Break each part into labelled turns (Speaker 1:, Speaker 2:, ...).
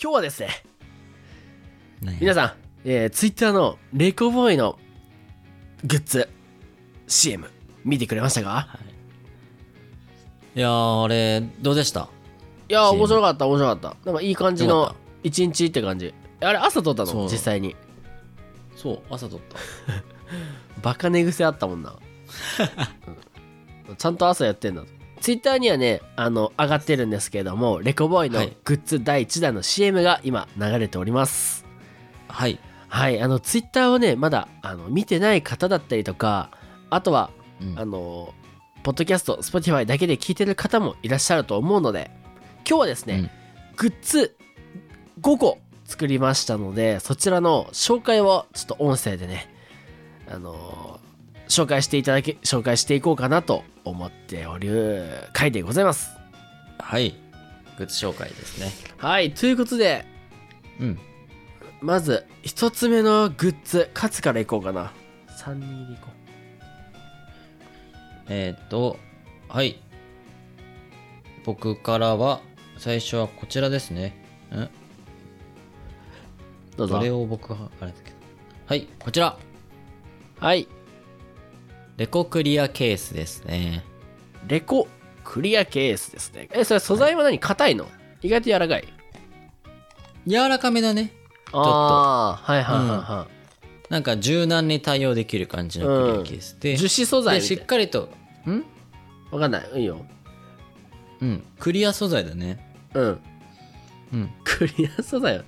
Speaker 1: 今日はですね、皆
Speaker 2: 皆
Speaker 1: さん、えー、Twitter のレコボーイのグッズ、CM、見てくれましたか
Speaker 2: いやーあれどうでした
Speaker 1: いやー、
Speaker 2: CM
Speaker 1: 面白かった、面白かった。なんかいい感じ
Speaker 2: よか
Speaker 1: の
Speaker 2: っ
Speaker 1: 一日って感じ。あれ、朝撮った
Speaker 2: そ
Speaker 1: の
Speaker 2: う
Speaker 1: 実際に。
Speaker 2: そう朝撮った
Speaker 1: バカ寝癖あったも んな、うんちゃんと朝やってんだと Twitter にはねあの上がってるんですけれどもレコボーイ
Speaker 2: は
Speaker 1: の
Speaker 2: い
Speaker 1: グッズ第1弾の CM が今流れております
Speaker 2: はい
Speaker 1: はいあの Twitter をねまだあの見てない方だったりとかあとは
Speaker 2: うん
Speaker 1: あのポッドキャスト Spotify だけで聞いてる方もいらっしゃると思うので今日はですね、グッズ5個作りましたのでそちらの紹介をちょっと音声でねあの紹介していただけ紹介していこうかなと思っておる回でございます
Speaker 2: はいグッズ紹介ですね
Speaker 1: はいということで
Speaker 2: うん
Speaker 1: まず1つ目のグッズカツからいこうかな3人でいこう
Speaker 2: えっ、とはい僕からは最初はこちらですねん
Speaker 1: どう
Speaker 2: どれ
Speaker 1: ぞ
Speaker 2: を僕はあれですけどはいこちら
Speaker 1: はい
Speaker 2: レコクリアケースですね
Speaker 1: レコクリアケースですねえそれ素材は何硬いの意外と柔らかい
Speaker 2: 柔らかめだね
Speaker 1: ちょ
Speaker 2: っと
Speaker 1: はいはいはいは
Speaker 2: なんか柔軟に対応できる感じのクリアケース
Speaker 1: い、
Speaker 2: で、
Speaker 1: 樹脂素材
Speaker 2: で
Speaker 1: みた
Speaker 2: し
Speaker 1: い
Speaker 2: っかりとん
Speaker 1: わかんないいいよ
Speaker 2: うんクリア素材だね
Speaker 1: うん
Speaker 2: うん
Speaker 1: クリア素材は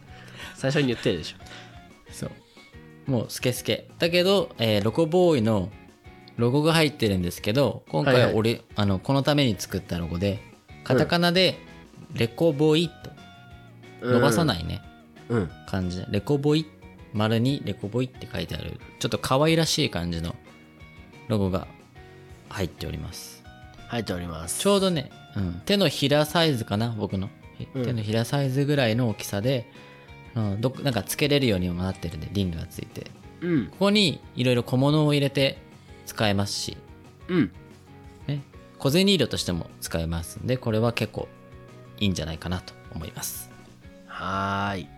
Speaker 1: 最初に言ってるでしょ
Speaker 2: そうもうスケスケだけど、えーロコボーイのロゴが入ってるんですけど今回
Speaker 1: はいは
Speaker 2: はい俺、あのこのために作ったロゴでカタカナでレコボイと伸ばさないいね、
Speaker 1: うん
Speaker 2: 感じレコボイ丸にレコボイって書いてあるちょっと可愛らしい感じのロゴが入っております
Speaker 1: 入っております
Speaker 2: ちょうどね、手のひらサイズかな僕の、
Speaker 1: うん
Speaker 2: 手のひらサイズぐらいの大きさで、うん、どっなんかつけれるようにもなってるんでリングがついて
Speaker 1: うん
Speaker 2: ここにいろいろ小物を入れて使えますし、
Speaker 1: うん
Speaker 2: ね、小銭入れとしても使えますんで、これは結構いいんじゃないかなと思います。
Speaker 1: はーい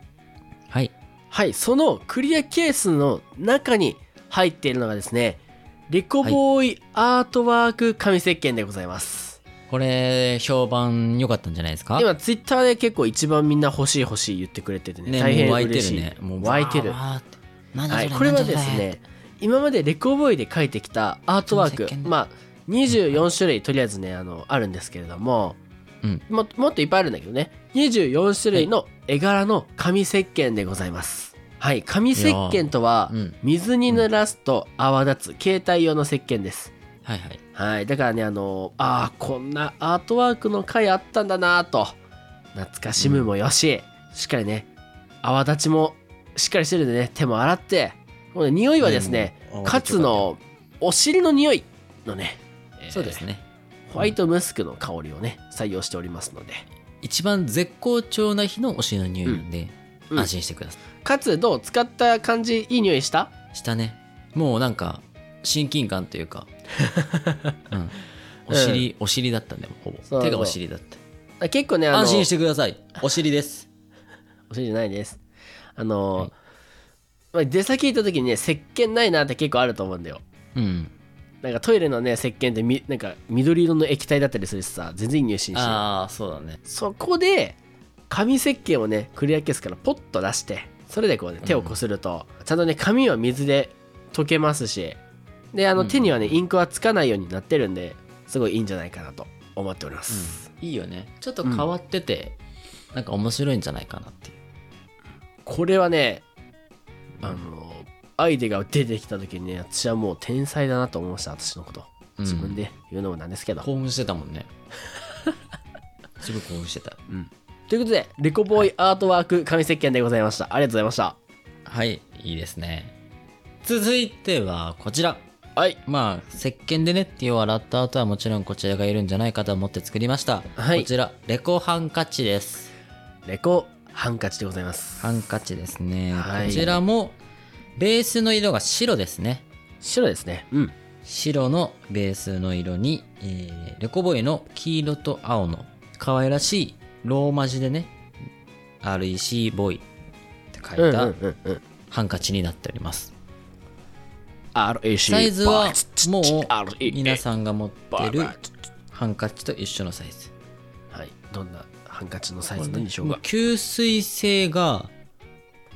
Speaker 2: はい。
Speaker 1: はいそのクリアケースの中に入っているのがですねレコボーイアートワーク紙石鹸でございます、
Speaker 2: これ、評判良かったんじゃないですか
Speaker 1: 今ツイッターで結構一番みんな欲しい欲しい言ってくれててね
Speaker 2: ね、
Speaker 1: 大変
Speaker 2: もう湧いて
Speaker 1: 嬉し
Speaker 2: る
Speaker 1: い
Speaker 2: ね。もう
Speaker 1: 湧いてる
Speaker 2: わーわーってなんだ
Speaker 1: は
Speaker 2: そ
Speaker 1: い、
Speaker 2: れ
Speaker 1: これは
Speaker 2: なんだ
Speaker 1: です
Speaker 2: そ
Speaker 1: ね今までレコボーイで書いてきたアートワー
Speaker 2: 全然石鹸
Speaker 1: ク
Speaker 2: だ
Speaker 1: まあ24種類とりあえずねあのあるんですけれども、
Speaker 2: うん
Speaker 1: ももっといっぱいあるんだけどね24種類の絵柄の紙石鹸でございますはい紙石鹸とは
Speaker 2: うん。
Speaker 1: 水に濡らすと泡立つ携帯用の石鹸です
Speaker 2: はいはい。
Speaker 1: はいだからねあのあーこんなアートワークの回あったんだなと懐かしむもよし、しっかりね泡立ちもしっかりしてるんでね手も洗ってこの匂いはですね、
Speaker 2: うん、
Speaker 1: カツのお尻の匂いのね、えー
Speaker 2: そうですね。
Speaker 1: ホワイトムスクの香りをね採用しておりますので
Speaker 2: 一番絶好調な日のお尻の匂いなんで、
Speaker 1: うん
Speaker 2: 安心してくださ
Speaker 1: かつどう使った感じいい匂いした
Speaker 2: い。したね。もうなんか、親近感という か、うん、お尻、お尻だったね、ほぼ。
Speaker 1: そうそう
Speaker 2: 手がお尻だった。
Speaker 1: あ結構ねあの
Speaker 2: 安心してください。お尻です。
Speaker 1: お尻じゃないですあの、
Speaker 2: はい
Speaker 1: まあ出先行った時にね石鹸ないなって結構あると思うんだよ
Speaker 2: うん。
Speaker 1: なんかトイレのね石鹸ってみなんか緑色の液体だったりするしさ全然いい匂いしんし
Speaker 2: ああ、そうだね。
Speaker 1: そこで紙石鹸をねクリアケースからポッと出してそれでこうね手をこすると、ちゃんとね紙は水で溶けますしであの
Speaker 2: うん
Speaker 1: 手にはね、インクはつかないようになってるんですごいいいんじゃないかなと思っております、
Speaker 2: いいよね。ちょっと変わってて、なんか面白いんじゃないかなっていう。
Speaker 1: これはねあのアイデアが出てきた時にね私はもう天才だなと思いました私のこと
Speaker 2: うん
Speaker 1: 自分で言うのもなんですけど、
Speaker 2: 興奮してたもんね。 すごい興奮してた。
Speaker 1: ということでレコボーイアートワーク紙石鹸でございましたありがとうございました
Speaker 2: はい、いいですね。続いてはこちら。
Speaker 1: はい
Speaker 2: まあ、石鹸でね、手を洗った後はもちろんこちらがいるんじゃないかと思って作りました。
Speaker 1: はい
Speaker 2: こちら、レコハンカチです。
Speaker 1: レコハンカチでございます
Speaker 2: ハンカチですね。
Speaker 1: はい
Speaker 2: こちらも、ベースの色が白ですね。
Speaker 1: 白ですねうん
Speaker 2: 白のベースの色に、えーレコボイの黄色と青の可愛らしいローマ字でね REC ボーイって
Speaker 1: うんう
Speaker 2: 書い
Speaker 1: ん
Speaker 2: た
Speaker 1: うんうん。
Speaker 2: ハンカチになっております。
Speaker 1: RAC。
Speaker 2: サイズはもう
Speaker 1: REC
Speaker 2: 皆さんが持ってる
Speaker 1: バー
Speaker 2: ハンカチと一緒のサイズ。
Speaker 1: はい。どんなハンカチのサイズなんでしょう
Speaker 2: もう
Speaker 1: か。
Speaker 2: 吸水性が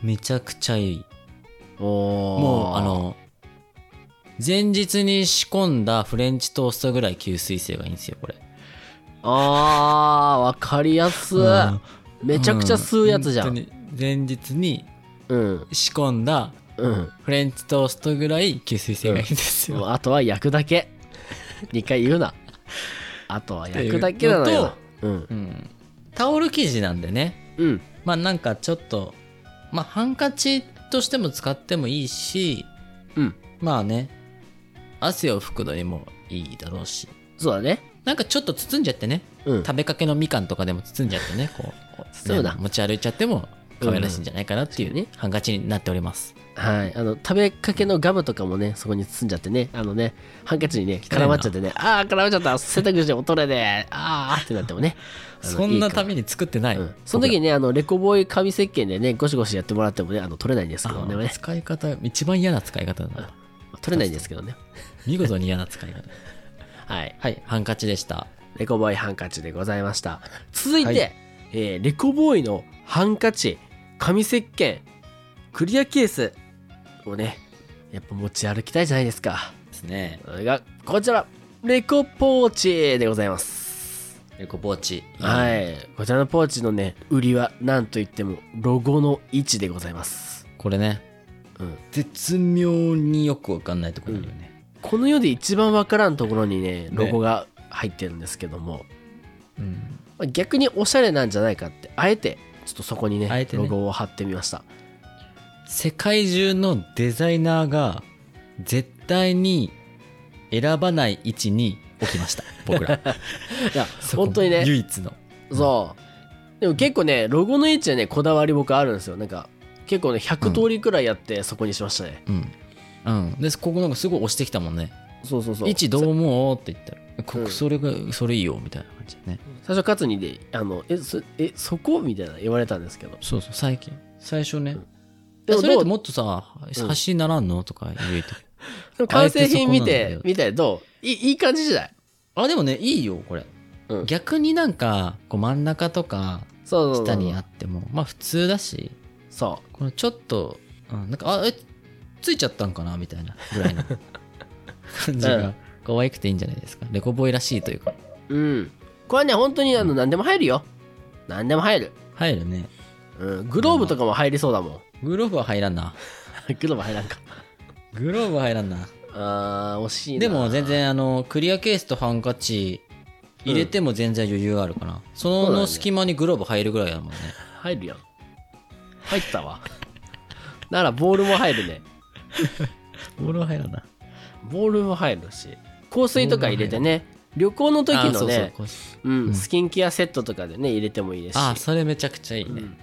Speaker 2: めちゃくちゃいい。
Speaker 1: おー
Speaker 2: もうあ、の、前日に仕込んだフレンチトーストぐらい吸水性がいいんですよ、これ。
Speaker 1: あー、わかりやすい。
Speaker 2: うん
Speaker 1: めちゃくちゃ吸うやつじゃ
Speaker 2: うん
Speaker 1: ん。
Speaker 2: 本当に前日に
Speaker 1: うん。
Speaker 2: 仕込んだ
Speaker 1: うん。
Speaker 2: フレンチトーストぐらい吸水性がいいんですよ。
Speaker 1: もうあとは焼くだけ。2回言うな。あとは焼くだけなのよ。うん。
Speaker 2: うんタオル生地なんでね
Speaker 1: うん。
Speaker 2: まあなんかちょっとまあハンカチとしても使ってもいいし
Speaker 1: うん。
Speaker 2: まあね汗を拭くのにもいいだろうし
Speaker 1: そうだね。
Speaker 2: なんかちょっと包んじゃってね
Speaker 1: うん。
Speaker 2: 食べかけのみかんとかでも包んじゃってねこう
Speaker 1: 包むな
Speaker 2: ね持ち歩いちゃっても可愛らしいんじゃないかなっていう
Speaker 1: うん
Speaker 2: ねハンカチになっております
Speaker 1: はい。あの、食べかけのガムとかもね、そこに包んじゃってね、あのね、ハンカチにね、絡まっちゃってね、あー、絡まっちゃった、洗濯しても取れねえ、あーってなってもね。あの
Speaker 2: そんない
Speaker 1: いか
Speaker 2: た
Speaker 1: ら
Speaker 2: めに作ってない
Speaker 1: うん、その時にね、あの、レコボーイ紙石鹸でね、ゴシゴシやってもらってもね、あの、取れないんですけど
Speaker 2: 僕らあ
Speaker 1: ね、
Speaker 2: 使い方一番嫌な使い方だな
Speaker 1: 取れないんですけどね。
Speaker 2: 見事に嫌な使い方
Speaker 1: はい。
Speaker 2: はいハンカチでした
Speaker 1: レコボーイハンカチでございました。続いて、
Speaker 2: はい
Speaker 1: えーレコボーイのハンカチ、紙石鹸、クリアケースをね、やっぱ持ち歩きたいじゃないですか。
Speaker 2: ですね
Speaker 1: それが、こちら、レコポーチでございます。
Speaker 2: エコポーチ
Speaker 1: はい。こちらのポーチのね、売りは、なんといっても、ロゴの位置でございます。
Speaker 2: これね、
Speaker 1: うん
Speaker 2: 絶妙によくわかんないところだよね、
Speaker 1: この世で一番わからんところにね、ロゴが入ってるんですけども、まあ逆におしゃれなんじゃないかって、あえて、ちょっとそこにね、
Speaker 2: あえてね
Speaker 1: ロゴを貼ってみました。
Speaker 2: 世界中のデザイナーが絶対に選ばない位置に置きました僕ら
Speaker 1: い や、
Speaker 2: そこ
Speaker 1: 本当にね、
Speaker 2: 唯一の
Speaker 1: そう。でも結構ね、ロゴの位置はね、こだわり僕あるんですよ。なんか、結構ね、100通りくらいやって、そこにしましたね。
Speaker 2: うん、うん、でここなんかすごい押してきたもんね
Speaker 1: そうそうそう。
Speaker 2: 位置どう思うって言ったらこ
Speaker 1: うん
Speaker 2: それがそれいいよみたいな感じでね
Speaker 1: 最初、勝にで、あの、え、そえそこみたいな言われたんですけど。
Speaker 2: そうそう最近最初ね、
Speaker 1: で
Speaker 2: え
Speaker 1: も
Speaker 2: それっ
Speaker 1: どう
Speaker 2: てもっとさ
Speaker 1: うん
Speaker 2: 端にならんのとか言えて
Speaker 1: でも完成品見
Speaker 2: あえてそこなんだ
Speaker 1: て
Speaker 2: よ、
Speaker 1: 見てどういいいい感じじゃない
Speaker 2: あでもねいいよこれ、
Speaker 1: うん
Speaker 2: 逆になんかこう真ん中とか
Speaker 1: そうそうそう。
Speaker 2: 下にあってもまあ普通だし
Speaker 1: そ
Speaker 2: このちょっと、うん、なんかあえついちゃったんかなみたいな ぐらいの感じ
Speaker 1: う
Speaker 2: が
Speaker 1: ん
Speaker 2: 可愛くていいんじゃないですかレコボーイらしいというか
Speaker 1: う。うん。これはね、本当にあの、何でも入るよ。何でも入る。
Speaker 2: 入るね
Speaker 1: うん。グローブとかも入りそうだもん。
Speaker 2: グローブは入らんな
Speaker 1: グローブ入らんか。
Speaker 2: グローブは入らんな
Speaker 1: あー、惜しいな。
Speaker 2: でも全。然あのクリアケースとハンカチ入れても全然余裕あるかな、そ
Speaker 1: そうだ
Speaker 2: の
Speaker 1: ね
Speaker 2: 隙間にグローブ入るぐらいだもんね
Speaker 1: 入るやん。入ったわ。なら、ボールも入るね。
Speaker 2: ボールは入らんな
Speaker 1: ボールも入るし。香水とか入れてね。旅行の時
Speaker 2: あ
Speaker 1: の
Speaker 2: そうそう
Speaker 1: ね、
Speaker 2: こう
Speaker 1: うん、スキンケアセットとかでね、入れてもいいですし。
Speaker 2: あそれめちゃくちゃいいね、うん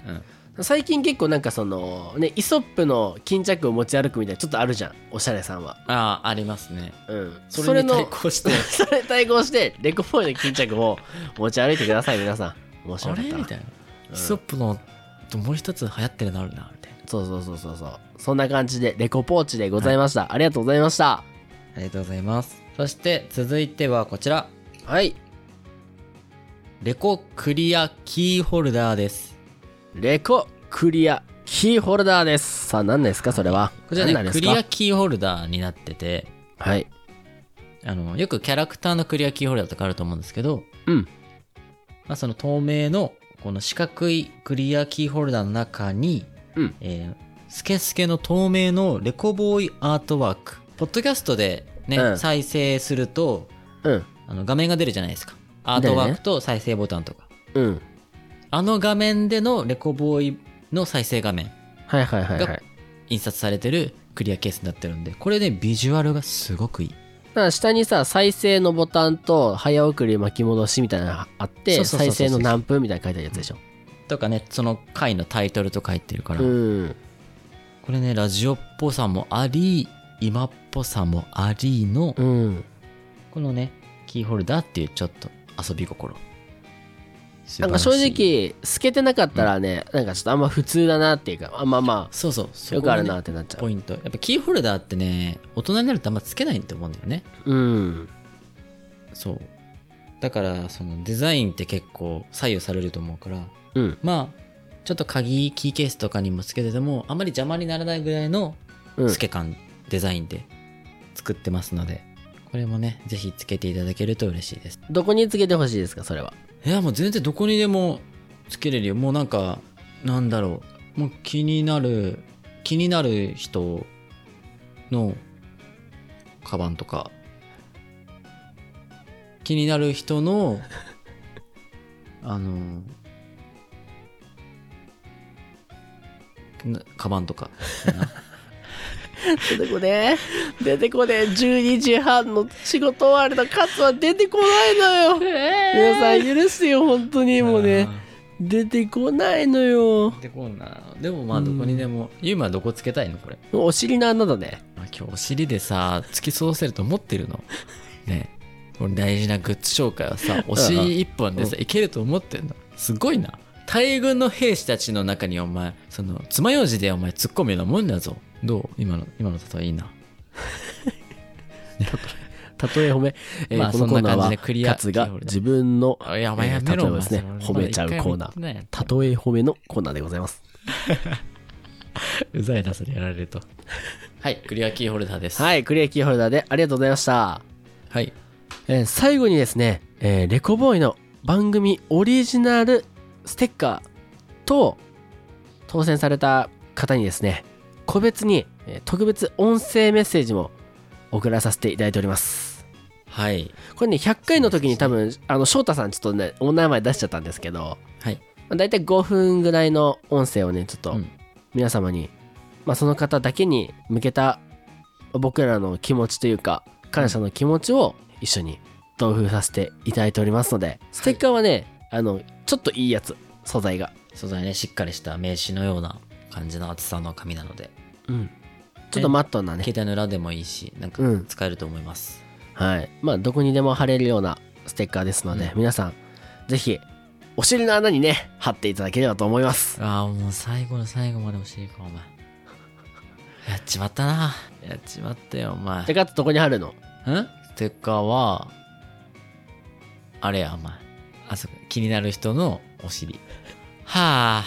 Speaker 1: 最近結構なんかそのねイソップの巾着を持ち歩くみたいなちょっとあるじゃんおしゃれさんは
Speaker 2: ああありますね
Speaker 1: うん
Speaker 2: それに対
Speaker 1: の
Speaker 2: 抗 して
Speaker 1: それに対抗してレコボーイの巾着を持ち歩いてください皆さん面白
Speaker 2: あ
Speaker 1: かっ
Speaker 2: れ
Speaker 1: た
Speaker 2: み
Speaker 1: ら
Speaker 2: たいな、
Speaker 1: うん
Speaker 2: ヒソップのともう一つ流行ってるのあるなみたいな
Speaker 1: そうそうそうそうそうそんな感じでレコポーチでございました、ありがとうございました
Speaker 2: ありがとうございますそして続いてはこちら
Speaker 1: はい
Speaker 2: レコクリアキーホルダーです
Speaker 1: レコクリアキーホルダーですさあ何ですかそれは
Speaker 2: こちら
Speaker 1: 何
Speaker 2: ね
Speaker 1: なん
Speaker 2: ク
Speaker 1: です
Speaker 2: リ
Speaker 1: か
Speaker 2: アキーホルダーになってて
Speaker 1: はい
Speaker 2: あのよくキャラクターのクリアキーホルダーとかあると思うんですけど、
Speaker 1: うん
Speaker 2: まあ、その透明のこの四角いクリアキーホルダーの中に、
Speaker 1: うん
Speaker 2: えースケスケの透明のレコボーイアートワークポッドキャストでね、
Speaker 1: うん
Speaker 2: 再生すると
Speaker 1: うん
Speaker 2: あの画面が出るじゃないですかアートワークと再生ボタンとか、
Speaker 1: うん
Speaker 2: あの画面でのレコボーイの再生画面
Speaker 1: はいはいはいはい
Speaker 2: が印刷されてるクリアケースになってるんでこれねビジュアルがすごくいい
Speaker 1: だから下にさ再生のボタンと早送り巻き戻しみたいなのあっ
Speaker 2: そ
Speaker 1: て
Speaker 2: うそうそうそ
Speaker 1: 再生
Speaker 2: う
Speaker 1: の何分みたいなの書いてあるやつでしょ
Speaker 2: とかねその回のタイトルとか入ってるから、
Speaker 1: うん
Speaker 2: これねラジオっぽさもあり今っぽさもありの
Speaker 1: うん
Speaker 2: このねキーホルダーっていうちょっと遊び心素晴
Speaker 1: なんから
Speaker 2: しい
Speaker 1: 正直透けてなかったらね、なんかちょっとあんま普通だなっていうかあまあま
Speaker 2: そうそう
Speaker 1: あ
Speaker 2: そこ
Speaker 1: よくある
Speaker 2: がね
Speaker 1: なってなっちゃう、
Speaker 2: ポイントやっぱキーホルダーってね大人になるとあんまつけないと思うんだよね
Speaker 1: うん
Speaker 2: そうだからそのデザインって結構左右されると思うから
Speaker 1: うん
Speaker 2: まあちょっと鍵キーケースとかにもつけててもあまり邪魔にならないぐらいの
Speaker 1: うん
Speaker 2: 透け感、デザインで作ってますのでこれもねぜひつけていただけると嬉しいです
Speaker 1: どこにつけてほしいですかそれはい
Speaker 2: やもう全然どこにでもつけれるよもうなんかなんだろうもう気になる気になる人のカバンとか気になる人 のあのなカバンとか
Speaker 1: 出てこねえ出てこねえ12時半の仕事終わりのカツは出てこないのよ皆さん許してよ本当にもうね出てこないのよ
Speaker 2: でこんなでもまあどこにでもユーマはどこつけたいのこれ
Speaker 1: お尻の穴だね
Speaker 2: まあ今日お尻でさ突き過ごせると思って るのねこの大事なグッズ紹介はさお尻一本でさいけると思ってんのすごいな大軍の兵士たちの中にお前その爪楊枝でお前突っ込むようなもんだぞどう今の今の例えいいな
Speaker 1: たとえ褒め、えー
Speaker 2: まあ
Speaker 1: このコーナー
Speaker 2: そんな感じ
Speaker 1: は
Speaker 2: でクリア
Speaker 1: カツが自分の
Speaker 2: あやばいや
Speaker 1: えー
Speaker 2: めろ
Speaker 1: 例えばですね
Speaker 2: お前
Speaker 1: 褒めちゃうコーナー
Speaker 2: まだ一回も言ってないやん
Speaker 1: たとえ褒めのコーナーでございます
Speaker 2: うざいなそれやられるとはいクリアキーホルダーです
Speaker 1: はいクリアキーホルダーでありがとうございました
Speaker 2: はい
Speaker 1: えー最後にですね、えーレコボーイの番組オリジナルステッカーと当選された方にですね個別にえー特別音声メッセージも送らさせていただいております
Speaker 2: はい
Speaker 1: これね100回の時に多分あの翔太さんちょっとねお名前出しちゃったんですけど
Speaker 2: はい
Speaker 1: まあ大体5分ぐらいの音声をねちょっと
Speaker 2: うん
Speaker 1: 皆様に、まあ、その方だけに向けた僕らの気持ちというか感謝の気持ちを一緒に同封させていただいておりますのでステッカーはね、あのちょっといいやつ素材が、
Speaker 2: 素材ねしっかりした名刺のような感じの厚さの紙なので
Speaker 1: うん、ちょっとマットなね
Speaker 2: 携帯の裏でもいいしなんか
Speaker 1: うん
Speaker 2: 使えると思います、
Speaker 1: はいまあどこにでも貼れるようなステッカーですので、
Speaker 2: う
Speaker 1: 皆さんぜひお尻の穴にね貼っていただければと思います
Speaker 2: ああもう最後の最後まで欲しい かお前やっちまったなやっちまったよお前ん
Speaker 1: でかつどこに貼るの
Speaker 2: ステッカーはあれやお前あそこ気になる人のお尻はあ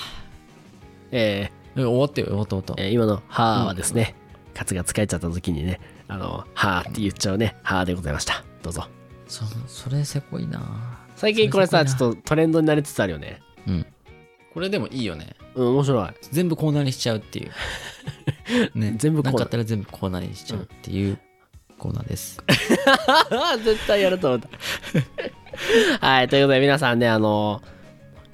Speaker 1: えー
Speaker 2: え終わってよ終わった終わった
Speaker 1: えー今の「はー」はですね、カツが疲れちゃった時にね「あのはー」って言っちゃうね「はー」でございましたどうぞ
Speaker 2: そそれせこいな
Speaker 1: 最近これさ
Speaker 2: そ
Speaker 1: ち
Speaker 2: れ
Speaker 1: ょっ
Speaker 2: すご
Speaker 1: とトレンドになりつつあるよね
Speaker 2: うんこれでもいいよね
Speaker 1: うん面白 い
Speaker 2: 全部コーナーにしちゃうっていう、 ね
Speaker 1: 全部コーナー
Speaker 2: なかあったら全部コーナーにしちゃうっていうコーナーです、
Speaker 1: 絶対やると思った はいということで皆さんねあの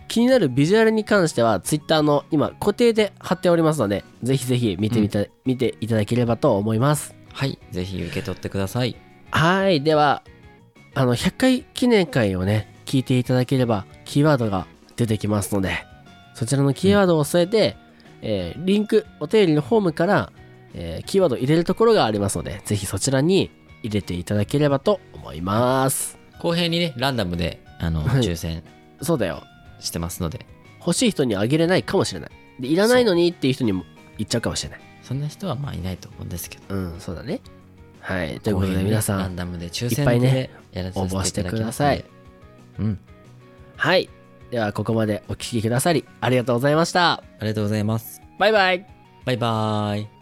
Speaker 1: 気になるビジュアルに関しては Twitter の今固定で貼っておりますのでぜひぜひ見てみた、見ていただければと思います
Speaker 2: はいぜひ受け取ってください
Speaker 1: はいではあの100回記念会をね聞いていただければキーワードが出てきますのでそちらのキーワードを添えて、えーリンクお手入れのフォームから、えーキーワードを入れるところがありますのでぜひそちらに入れていただければと思います
Speaker 2: 公平にねランダムであの、
Speaker 1: はい
Speaker 2: 抽選
Speaker 1: そうだよ
Speaker 2: してますので
Speaker 1: 欲しい人にあげれないかもしれないでいらないのにっていう人にも言っちゃうかもしれない
Speaker 2: そんな人はまあいないと思うんですけど
Speaker 1: うんそうだねはいということ
Speaker 2: 公平
Speaker 1: で
Speaker 2: にね
Speaker 1: 皆さ
Speaker 2: ラ
Speaker 1: ん
Speaker 2: ンダムで抽選で
Speaker 1: いっぱいね
Speaker 2: やらさせていただきま
Speaker 1: 応
Speaker 2: す
Speaker 1: 募
Speaker 2: の
Speaker 1: して
Speaker 2: でうん
Speaker 1: はいではここまでお聞きくださりありがとうございました
Speaker 2: ありがとうございます
Speaker 1: バイバイ
Speaker 2: バイバーイ